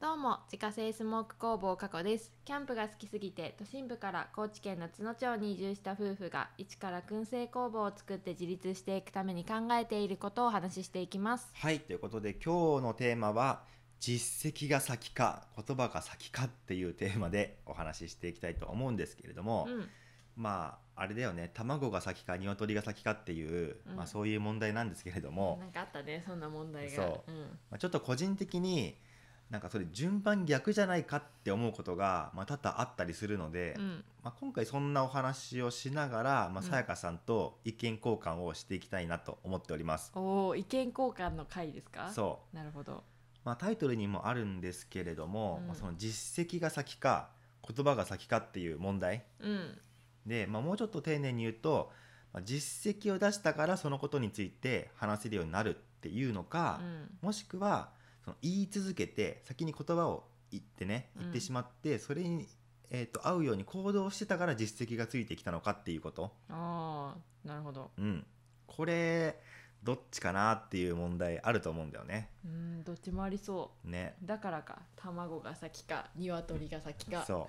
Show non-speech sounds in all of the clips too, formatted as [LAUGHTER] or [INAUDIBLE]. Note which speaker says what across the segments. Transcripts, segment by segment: Speaker 1: どうも自家製スモーク工房加古ですキャンプが好きすぎて都心部から高知県の津野町に移住した夫婦が一から燻製工房を作って自立していくために考えていることをお話ししていきます
Speaker 2: はい、ということで今日のテーマは実績が先か言葉が先かっていうテーマでお話ししていきたいと思うんですけれども、
Speaker 1: うん
Speaker 2: まああれだよね卵が先か鶏が先かっていう、
Speaker 1: うん
Speaker 2: まあ、そういう問題なんですけれども、
Speaker 1: なんかあったねそんな問題が、
Speaker 2: そう
Speaker 1: ん、
Speaker 2: まあ、ちょっと個人的になんかそれ順番逆じゃないかって思うことが、まあ、多々あったりするので、
Speaker 1: うん
Speaker 2: まあ、今回そんなお話をしながら、まあ、
Speaker 1: うん
Speaker 2: さやかさんと意見交換をしていきたいなと思っております。
Speaker 1: おお意見交換の回ですか
Speaker 2: そ
Speaker 1: う
Speaker 2: う
Speaker 1: なるほど
Speaker 2: まあ、タイトルにもあるんですけれども、
Speaker 1: うん
Speaker 2: まあ、その実績が先か言葉が先かっていう問題
Speaker 1: うん
Speaker 2: で、まあ、もうちょっと丁寧に言うと、まあ、実績を出したからそのことについて話せるようになるっていうの
Speaker 1: う
Speaker 2: か、
Speaker 1: ん
Speaker 2: もしくはその言い続けて先に言葉を言ってね
Speaker 1: うん
Speaker 2: 言ってしまって、それに、えー、と合うように行動してたから実績がついてきたのかっていうこと、
Speaker 1: ああなるほど
Speaker 2: うん、これどっちかなっていう問題あると思うんだよね。
Speaker 1: うんどっちもありそう
Speaker 2: ね
Speaker 1: だからか卵が先か鶏が先か
Speaker 2: そ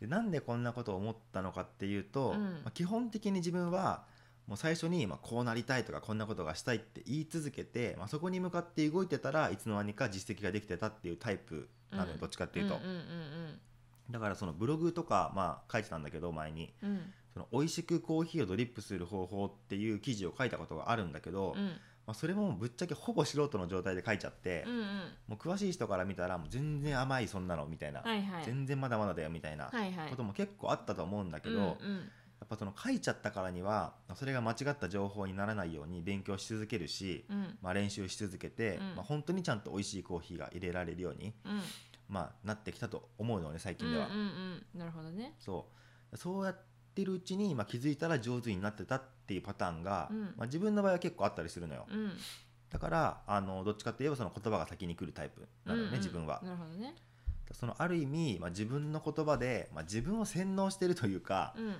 Speaker 2: うでなんでこんなことを思ったのかっていうと、
Speaker 1: うん
Speaker 2: まあ、基本的に自分はもう最初にまあこうなりたいとかこんなことがしたいって言い続けて、まあ、そこに向かって動いてたらいつの間にか実績ができてたっていうタイプなのよ、
Speaker 1: うん
Speaker 2: どっちかっていうと、
Speaker 1: うんうん
Speaker 2: だからそのブログとかまあ書いてたんだけど前に
Speaker 1: うんうん
Speaker 2: その美味しくコーヒーをドリップする方法っていう記事を書いたことがあるんだけど、
Speaker 1: うん
Speaker 2: まあ、それもぶっちゃけほぼ素人の状態で書いちゃって、
Speaker 1: うんうん
Speaker 2: もう詳しい人から見たらもう全然甘いそんなのみたいな、
Speaker 1: はいはい
Speaker 2: 全然まだまだだよみたいな、
Speaker 1: はいはい
Speaker 2: ことも結構あったと思うんだけど、や
Speaker 1: うんうん
Speaker 2: っぱその書いちゃったからにはそれが間違った情報にならないように勉強し続けるし、
Speaker 1: うん
Speaker 2: まあ、練習し続けて、
Speaker 1: うん
Speaker 2: まあ、本当にちゃんと美味しいコーヒーが入れられるように、
Speaker 1: うん
Speaker 2: まあ、なってきたと思うのね最
Speaker 1: うん
Speaker 2: 近では、
Speaker 1: うんうんなるほどね
Speaker 2: そうそうやってるうちに、まあ、気づいたら上手になってたっていうパターンが、
Speaker 1: うん
Speaker 2: まあ、自分の場合は結構あったりするのよ、
Speaker 1: うん
Speaker 2: だからあのどっちかといえばその言葉が先に来るタイプなのね、
Speaker 1: うんうん
Speaker 2: 自分は
Speaker 1: なるほどね
Speaker 2: そのある意味、まあ、自分の言葉で、まあ、自分を洗脳してるというか、
Speaker 1: うん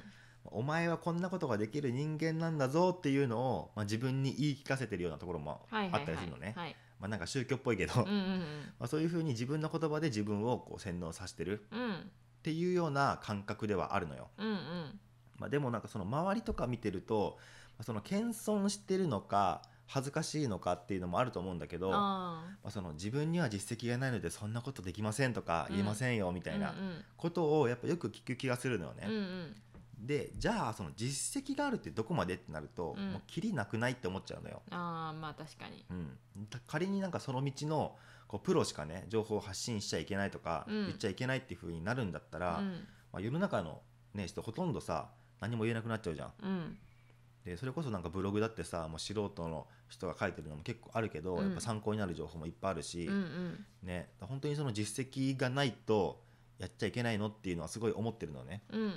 Speaker 2: お前はこんなことができる人間なんだぞっていうのを、まあ、自分に言い聞かせてるようなところも
Speaker 1: はいはい
Speaker 2: あ
Speaker 1: はい
Speaker 2: ったりするのね、
Speaker 1: はい
Speaker 2: まあ、なんか宗教っぽいけど、
Speaker 1: うんうん
Speaker 2: [LAUGHS] まあ、そういうふうに自分の言葉で自分をこう洗脳させてる
Speaker 1: うんうん
Speaker 2: っていうような感覚ではあるのよ、
Speaker 1: うんうん
Speaker 2: まあ、でもなんかその周りとか見てるとまあその謙遜してるのか恥ずかしいのかっていうのもあると思うんだけど
Speaker 1: あ
Speaker 2: まあ、その自分には実績がないのでそんなことできませんとか
Speaker 1: うん
Speaker 2: 言えませんよみ
Speaker 1: ー
Speaker 2: たいな
Speaker 1: うんうん
Speaker 2: ことをやっぱよく聞く気がするのよね、
Speaker 1: うんうん
Speaker 2: でじゃあその実績があるってどこまでってなると、
Speaker 1: うん
Speaker 2: もうキリなくないって思っちゃうのよ、
Speaker 1: あーまあ確かに
Speaker 2: うん、だ仮になんかその道のこうプロしかね情報を発信しちゃいけないとか、
Speaker 1: うん
Speaker 2: 言っちゃいけないっていう風になるんだったら、
Speaker 1: うん
Speaker 2: まあ、世の中の、ね、人ほとんどさ何も言えなくなっちゃうじゃん
Speaker 1: うん
Speaker 2: でそれこそなんかブログだってさもう素人の人が書いてるのも結構あるけど、
Speaker 1: うん
Speaker 2: やっぱ参考になる情報もいっぱいあるし、
Speaker 1: うんうん
Speaker 2: ね、本当にその実績がないとやっちゃいけないのっていうのはすごい思ってるのね
Speaker 1: うんうん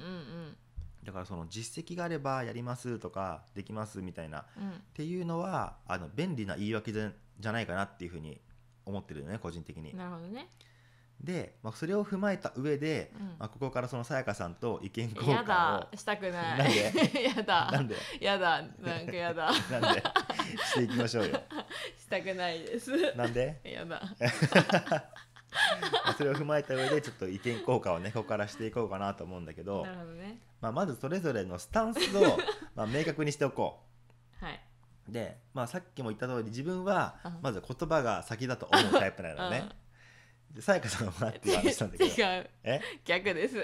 Speaker 2: だからその実績があればやりますとかできますみたいなっ
Speaker 1: うんうん
Speaker 2: ていうのはあの便利な言い訳じゃじゃないかなっていうふうに思ってるよね個人的に。
Speaker 1: なるほどね
Speaker 2: で、まあ、それを踏まえた上で、
Speaker 1: うん
Speaker 2: まあ、ここからそのさやかさんと意見交
Speaker 1: や
Speaker 2: 換
Speaker 1: だ
Speaker 2: を
Speaker 1: したくない
Speaker 2: なん
Speaker 1: [LAUGHS]
Speaker 2: で
Speaker 1: や
Speaker 2: な
Speaker 1: だ
Speaker 2: んで
Speaker 1: やだなんかやだ
Speaker 2: なんでしていきましょうよ。
Speaker 1: したくない
Speaker 2: [LAUGHS]
Speaker 1: です
Speaker 2: なんで、
Speaker 1: やだ
Speaker 2: まあそれを踏まえた上でちょっと意見交換をねここからしていこうかなと思うんだけど
Speaker 1: な、るほどね
Speaker 2: まあ、まずそれぞれのスタンス
Speaker 1: [LAUGHS]
Speaker 2: をまあ明確にしておこう。
Speaker 1: はい
Speaker 2: で、まあ、さっきも言った通り自分は
Speaker 1: うん
Speaker 2: まず言葉が先だと思うタイプなのね。でさやかさんはっていう話なんだけど
Speaker 1: [LAUGHS] 違う
Speaker 2: え、
Speaker 1: 逆です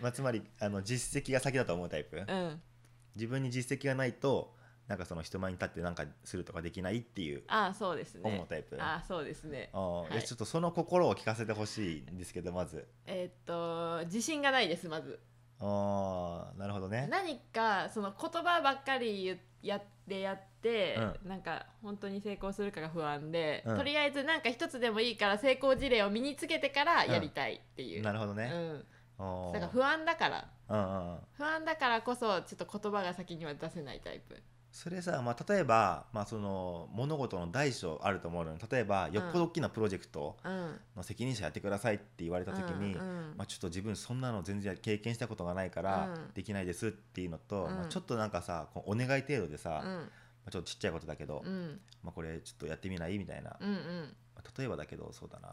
Speaker 2: まあ、つまりあの実績が先だと思うタイプ
Speaker 1: うん
Speaker 2: 自分に実績がないとなんかその人前に立ってなんかするとかできないっていう
Speaker 1: ああそうです
Speaker 2: 思う
Speaker 1: ね
Speaker 2: タイプ、
Speaker 1: ああそうですね
Speaker 2: あーいや
Speaker 1: はい
Speaker 2: ちょっとその心を聞かせてほしいんですけどまず
Speaker 1: えーっと自信がないですまず
Speaker 2: あーなるほどね
Speaker 1: 何かその言葉ばっかり言やってやって、
Speaker 2: う
Speaker 1: なんか本当に成功するかが不安で、
Speaker 2: うん
Speaker 1: とりあえずなんか一つでもいいから成功事例を身につけてからやりたいっていう、
Speaker 2: なるほどね、
Speaker 1: うん、
Speaker 2: おー
Speaker 1: なんか不安だから
Speaker 2: うんうんうん
Speaker 1: 不安だからこそちょっと言葉が先には出せないタイプ
Speaker 2: それさ、まあ、例えば、まあ、その物事の大小あると思うのに例えばよっぽど大きなプロジェクト
Speaker 1: うん
Speaker 2: の責任者やってくださいって言われた時に、
Speaker 1: うんうん
Speaker 2: まあ、ちょっと自分そんなの全然経験したことがないから
Speaker 1: うん
Speaker 2: できないですっていうのと、
Speaker 1: うん
Speaker 2: まあ、ちょっとなんかさこうお願い程度でさ、
Speaker 1: う
Speaker 2: ま
Speaker 1: ん
Speaker 2: あ、ちょっとちっちゃいことだけど、
Speaker 1: うん
Speaker 2: まあ、これちょっとやってみないみたいな、
Speaker 1: うんうん
Speaker 2: まあ例えばだけどそうだな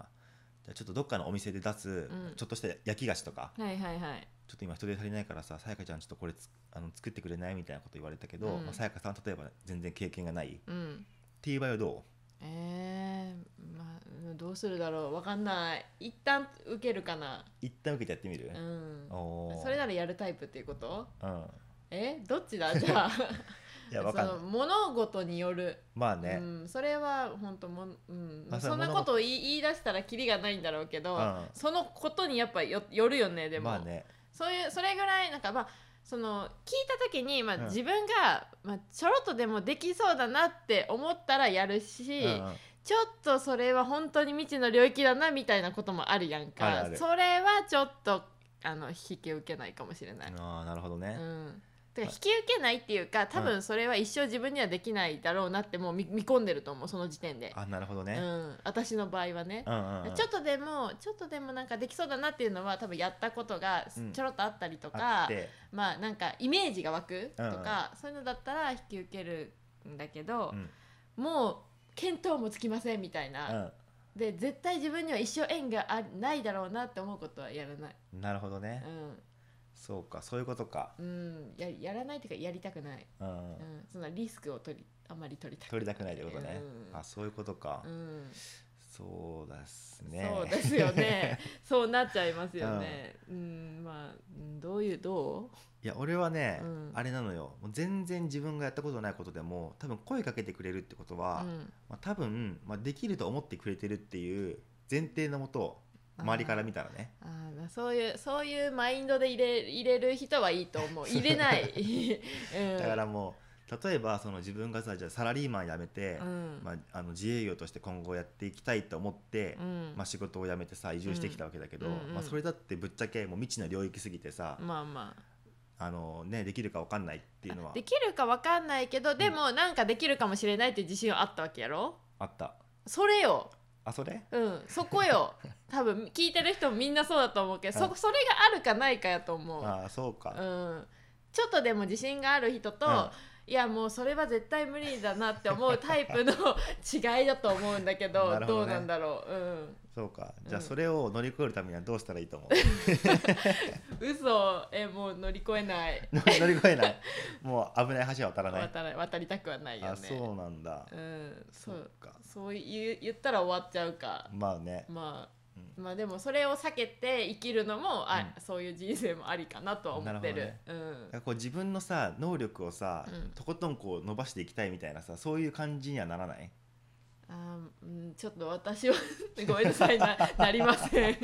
Speaker 2: じゃあちょっとどっかのお店で出す
Speaker 1: うん
Speaker 2: ちょっとした焼き菓子とか、
Speaker 1: はいはいはい
Speaker 2: ちょっと今人手足りないからささやかちゃんちょっとこれつあの作ってくれないみたいなこと言われたけど、
Speaker 1: うん
Speaker 2: まあ、さやかさん例えば全然経験がないっ
Speaker 1: うん
Speaker 2: ていう場合はど
Speaker 1: えー、まあうんどうするだろうわかんない一旦受けるかな
Speaker 2: う一旦受けてやってみる、
Speaker 1: うん
Speaker 2: おー
Speaker 1: それならやるタイプっていうこと
Speaker 2: うん
Speaker 1: えどっち
Speaker 2: [LAUGHS]
Speaker 1: だじゃあ
Speaker 2: いやわかんない
Speaker 1: その物事による、
Speaker 2: まあね、
Speaker 1: うん、それは本当もん、うん
Speaker 2: まあそれ
Speaker 1: そんな
Speaker 2: 物
Speaker 1: こと
Speaker 2: 事
Speaker 1: を言い言い出したらキリがないんだろうけど、
Speaker 2: うん
Speaker 1: そのことにやっぱよよるよねでも、
Speaker 2: まあね
Speaker 1: そういうそれぐらいなんかまあその聞いた時に、まあ
Speaker 2: うん
Speaker 1: 自分が、まあ、ちょろっとでもできそうだなって思ったらやるし、
Speaker 2: うんうん
Speaker 1: ちょっとそれは本当に未知の領域だなみたいなこともあるやんか
Speaker 2: あるある
Speaker 1: それはちょっとあの引き受けないかもしれない。
Speaker 2: あーなるほど
Speaker 1: う
Speaker 2: ね、
Speaker 1: んてか引き受けないっていうか多分それは一生自分にはできないだろうなってもう見見込んでると思うその時点で、
Speaker 2: あなるほど
Speaker 1: う
Speaker 2: ね、
Speaker 1: ん、私の場合はね
Speaker 2: う、んうんうん
Speaker 1: ちょっとでもちょっとでもなんかできそうだなっていうのは多分やったことが
Speaker 2: うん
Speaker 1: ちょろっとあったりと
Speaker 2: あ
Speaker 1: か
Speaker 2: っ、て
Speaker 1: まあなんかイメージが湧くと
Speaker 2: うんうん
Speaker 1: か、そういうのだったら引き受けるんだけど
Speaker 2: う、ん
Speaker 1: もう見当もつきませんみたいな、で絶対自分には一生縁があないだろうなって思うことはやらない、
Speaker 2: うん、なるほどね、そうかそういうことか、
Speaker 1: うん、うん、ややらないっていうかやりたくない、
Speaker 2: うん
Speaker 1: うん、そんなリスクを取りあんまり取りたくない
Speaker 2: 取りたくないってことね、
Speaker 1: うん
Speaker 2: あそういうことか、
Speaker 1: うん
Speaker 2: そうですね
Speaker 1: そうですよねそうなっちゃいますよね、うんまあうんどういうど
Speaker 2: [LAUGHS] いや俺はね、
Speaker 1: うん
Speaker 2: あれなのよもう全然自分がやったことないことでも多分声かけてくれるってこと
Speaker 1: う、う
Speaker 2: は、
Speaker 1: ん、
Speaker 2: まあ、多分、まあ、できると思ってくれてるっていう前提のもと周りから見たらね
Speaker 1: あーまあそういうそういうマインドで入れ入れる人はいいと思う入れ
Speaker 2: [LAUGHS]
Speaker 1: ない、うん、
Speaker 2: だからもう例えばその自分がさじゃあサラリーマン辞めて、
Speaker 1: うん、
Speaker 2: まあ、あの自営業として今後やっていきたいと思って、
Speaker 1: うん
Speaker 2: まあ、仕事を辞めてさ移住してきたわけだけど、
Speaker 1: うんうんうん
Speaker 2: まあ、それだってぶっちゃけもう未知の領域すぎてさ、
Speaker 1: まあまあ
Speaker 2: あのね、できるか分かんないっていうのは
Speaker 1: できるかわかんないけどでもなんかできるかもしれないっていう自信はあったわけやろ
Speaker 2: あった
Speaker 1: それよ
Speaker 2: あそれ
Speaker 1: うんそこよ
Speaker 2: [LAUGHS]
Speaker 1: 多分聞いてる人もみんなそうだと思うけどそ
Speaker 2: うん
Speaker 1: それがあるかないかやと思う、
Speaker 2: ああそうか、
Speaker 1: うん、ちょっとでも自信がある人と、
Speaker 2: うん
Speaker 1: いやもうそれは絶対無理だなって思うタイ
Speaker 2: [LAUGHS]
Speaker 1: プの違いだと思うんだけどど,、
Speaker 2: なるほどね
Speaker 1: うなんだろううん
Speaker 2: そうかじゃあ
Speaker 1: うん
Speaker 2: それを乗り越えるためにはどうしたらいいと思う
Speaker 1: [LAUGHS] 嘘えもう乗り越えない
Speaker 2: 乗り越えないもう危ない橋は渡らない
Speaker 1: 渡ら渡りたくはないよね
Speaker 2: あそうなんだ、
Speaker 1: うん、そ
Speaker 2: そう
Speaker 1: う
Speaker 2: か
Speaker 1: そういう言ったら終わっちゃうか
Speaker 2: まあね、
Speaker 1: ま
Speaker 2: う
Speaker 1: あ
Speaker 2: ん
Speaker 1: まあでもそれを避けて生きるのもあ、
Speaker 2: う
Speaker 1: そういう人生もありかなとは思ってるう
Speaker 2: なる
Speaker 1: ん
Speaker 2: だからこう自分のさ能力をさ、
Speaker 1: うん
Speaker 2: とことんこう伸ばしていきたいみたいなさそういう感じにはならない
Speaker 1: あーうんちょっと私は [LAUGHS] ごめんなさい
Speaker 2: [LAUGHS]
Speaker 1: ななりません、うん、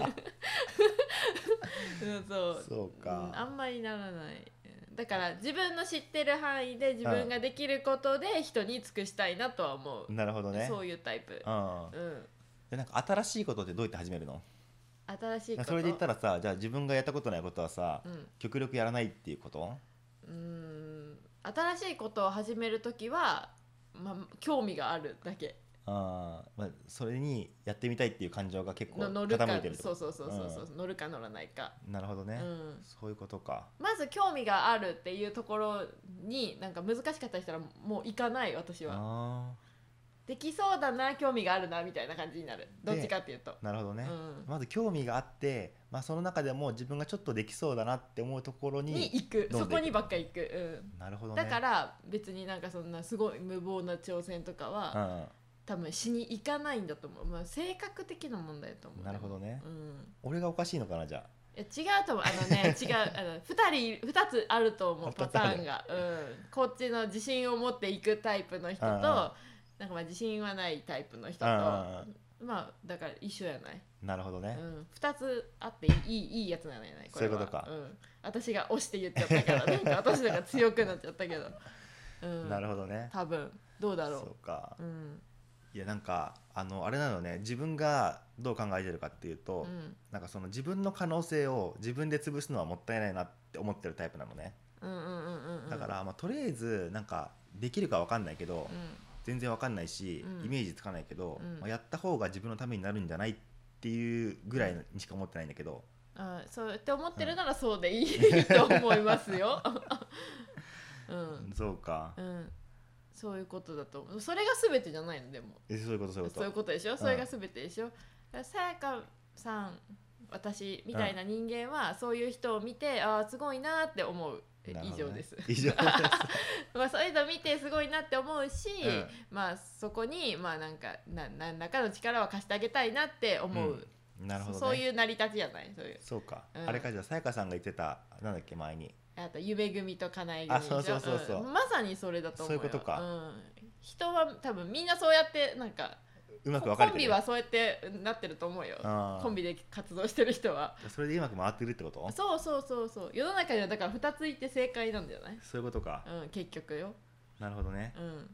Speaker 1: そう
Speaker 2: そう
Speaker 1: うんあ
Speaker 2: か、
Speaker 1: んまりならないうんだから自分の知ってる範囲で自分ができることで人に尽くしたいなとは思う、
Speaker 2: なるほどね
Speaker 1: そういうタイプ
Speaker 2: うん
Speaker 1: うん
Speaker 2: でなんか新しいことってどうやって始めるの
Speaker 1: 新しいこと
Speaker 2: それで言ったらさじゃあ自分がやったことないことはさ、
Speaker 1: うん
Speaker 2: 極力やらないっていうこと
Speaker 1: うーん新しいことを始める時は、まあ、興味があるだけ
Speaker 2: あー、まあ、それにやってみたいっていう感情が結構
Speaker 1: の乗るか
Speaker 2: 傾いてるって
Speaker 1: そう
Speaker 2: こ
Speaker 1: そうそうそうそう、
Speaker 2: う
Speaker 1: 乗るか乗らないか、
Speaker 2: なるほど
Speaker 1: う
Speaker 2: ね、
Speaker 1: ん、
Speaker 2: そういうことか
Speaker 1: まず興味があるっていうところになんか難しかったりしたらもう行かない私は
Speaker 2: あ
Speaker 1: できそうだな興味があるなみたいな感じになるどっちかっていうと、
Speaker 2: ーなるほどね、
Speaker 1: うん
Speaker 2: まず興味があって、まあ、その中でも自分がちょっとできそうだなって思うところに
Speaker 1: に行く
Speaker 2: ど
Speaker 1: そ
Speaker 2: んどん行く
Speaker 1: こにばっか行く、う
Speaker 2: なるほど
Speaker 1: ん、
Speaker 2: ね
Speaker 1: だから別になんかそんなすごい無謀な挑戦とかは、
Speaker 2: うん、
Speaker 1: 多分しに行かないんだと思う、まあ、性格的な問題だと思う
Speaker 2: なるほどね
Speaker 1: うん
Speaker 2: 俺がおかしいのかなじゃ
Speaker 1: いや違うと思うあの
Speaker 2: [LAUGHS]
Speaker 1: ね違うあの2人二つあると思う
Speaker 2: あ
Speaker 1: パターンが、うん、こっちの自信を持っていくタイプの人と
Speaker 2: うん
Speaker 1: な
Speaker 2: うん
Speaker 1: んかまあ自信はないタイプの人と
Speaker 2: あ、
Speaker 1: ま
Speaker 2: うんうん
Speaker 1: あだから一緒やない、
Speaker 2: うん、なるほどね
Speaker 1: う、ん、2つあっていいいいいいやつなのやないれは
Speaker 2: そういうことか
Speaker 1: うん、私が押して言っちゃったから
Speaker 2: [LAUGHS]
Speaker 1: なんか私なんか強くなっちゃったけど、うん、
Speaker 2: なるほどね
Speaker 1: 多分どうだ
Speaker 2: そ
Speaker 1: ろ
Speaker 2: うか
Speaker 1: うう、ん
Speaker 2: いやなんかあのあれなのね自分がどう考えてるかっていう
Speaker 1: う
Speaker 2: と、
Speaker 1: ん
Speaker 2: なんかその自分の可能性を自分で潰すのはもったいないなって思ってるタイプなのね
Speaker 1: うんうんうんうんうん
Speaker 2: だから、まあ、とりあえずなんかできるかわかんないけど、
Speaker 1: う
Speaker 2: 全然わかんないし、
Speaker 1: うん
Speaker 2: イメージつかないけど、
Speaker 1: うん
Speaker 2: まあ、やった方が自分のためになるんじゃないっていうぐらいにしか思ってないんだけど、
Speaker 1: んあそうって思ってるならそうでいいと思いますようん
Speaker 2: そうか、
Speaker 1: うん、そういうことだと思うそれが全てじゃないのでも
Speaker 2: えそういうことそういうこと
Speaker 1: そういうことでしょそれが全てでしょ、だからさやかさん私みたいな人間はそういう人を見て、ああすごいなーって思う、え
Speaker 2: なる
Speaker 1: 以
Speaker 2: ほど
Speaker 1: 上
Speaker 2: ね
Speaker 1: です [LAUGHS]
Speaker 2: 以上です
Speaker 1: まあそういうの見てすごいなって思うし、 [LAUGHS]
Speaker 2: うん
Speaker 1: まあそこにまあなんかな何らかの力は貸してあげたいなって思う、
Speaker 2: なるほど、ね、
Speaker 1: そういう成り立ちじゃないそういう
Speaker 2: そうか、
Speaker 1: うん
Speaker 2: あれかじゃあさやかさんが言ってたなんだっけ前に
Speaker 1: あと夢組と叶え組
Speaker 2: あそうそうそうそうん
Speaker 1: まさにそれだと思うよ
Speaker 2: そういうことか
Speaker 1: うん、人は多分みんなそうやってなんか
Speaker 2: うまく分か
Speaker 1: コ
Speaker 2: れ
Speaker 1: ン
Speaker 2: て
Speaker 1: ビ
Speaker 2: る
Speaker 1: はそうやってなってると思うよ
Speaker 2: あー
Speaker 1: コンビで活動してる人は
Speaker 2: それでうまく回ってるってこと
Speaker 1: そうそうそうそう世の中にはだから2ついて正解なんじゃない
Speaker 2: そういうことか、
Speaker 1: うん結局よ
Speaker 2: なるほどね、
Speaker 1: う
Speaker 2: ま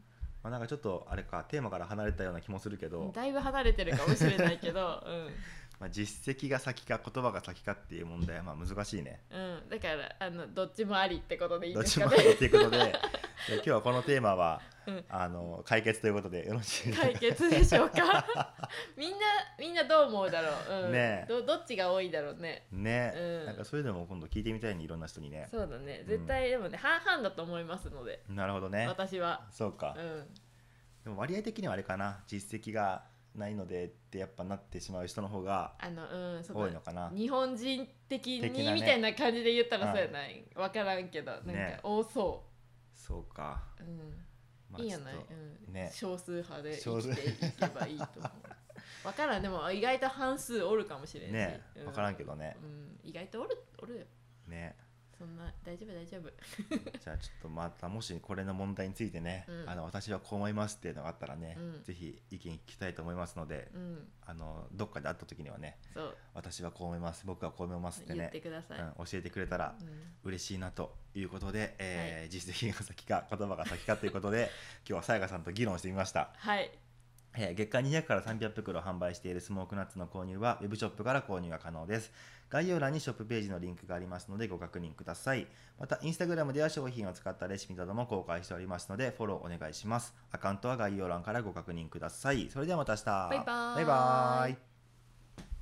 Speaker 2: あ、なんかちょっとあれかテーマから離れたような気もするけど
Speaker 1: ん、だいぶ離れてるかもしれないけ
Speaker 2: [LAUGHS]
Speaker 1: ど
Speaker 2: まあ、実績が先か言葉が先かっていう問題はまあ難しいね
Speaker 1: うん、うん、だからあのどっちもありってことでいい
Speaker 2: どっ
Speaker 1: です
Speaker 2: ち
Speaker 1: か
Speaker 2: も
Speaker 1: ね
Speaker 2: あるっていうことで [LAUGHS] で今日はこのテーマは、
Speaker 1: うん
Speaker 2: あの解決ということでよろしいですか
Speaker 1: 解決でしょうか [LAUGHS] みんなみんなどう思うだろう、うん、
Speaker 2: ねえ
Speaker 1: どどっちが多いだろうね
Speaker 2: ね、
Speaker 1: うん
Speaker 2: なんかそういうのも今度聞いてみたいにいろんな人にね
Speaker 1: そうだね絶対でもね、半々だと思いますので
Speaker 2: なるほどね
Speaker 1: 私は
Speaker 2: そうか、
Speaker 1: うん
Speaker 2: でも割合的にはあれかな実績がないのでってやっぱなってしまう人の方が
Speaker 1: あのうんそ
Speaker 2: 多い
Speaker 1: の
Speaker 2: のかな
Speaker 1: 日本人的に
Speaker 2: 的なね
Speaker 1: みたいな感じで言ったらそうやない、わからんけどなんか
Speaker 2: ね
Speaker 1: 多そ
Speaker 2: そうか、
Speaker 1: う、うん
Speaker 2: ま
Speaker 1: いいんじゃない
Speaker 2: ちょっ、
Speaker 1: うん
Speaker 2: ね
Speaker 1: 少数派で生
Speaker 2: 少数
Speaker 1: きていけばいいと思う
Speaker 2: [LAUGHS]
Speaker 1: わからんでも意外と半数おるかもしれんし
Speaker 2: ね
Speaker 1: う
Speaker 2: わからんけどね
Speaker 1: うん、意外とおるおるよ
Speaker 2: とね
Speaker 1: そんな大丈夫大丈夫
Speaker 2: じゃあちょっとまたもしこれの問題についてね、
Speaker 1: うん
Speaker 2: あの私はこう思いますっていうのがあったらね、
Speaker 1: うん
Speaker 2: ぜひ意見聞きたいと思いますので、
Speaker 1: うん
Speaker 2: あのどっかで会った時にはね
Speaker 1: そう
Speaker 2: 私はこう思います僕はこう思いますって
Speaker 1: 言
Speaker 2: ね
Speaker 1: ってください、
Speaker 2: うん、教えてくれたら
Speaker 1: うん
Speaker 2: 嬉しいなということで、えー実績が先か言葉が先かというこ
Speaker 1: [LAUGHS]
Speaker 2: とで今日はさやかさんと議論してみました。
Speaker 1: はい
Speaker 2: えー月間200から300袋販売しているスモークナッツの購入はウェブショップから購入が可能です概要欄にショップページのリンクがありますのでご確認くださいまたインスタグラムでは商品を使ったレシピなども公開しておりますのでフォローお願いしますアカウントは概要欄からご確認くださいそれではまた明日
Speaker 1: バイバーイ
Speaker 2: バイバーイ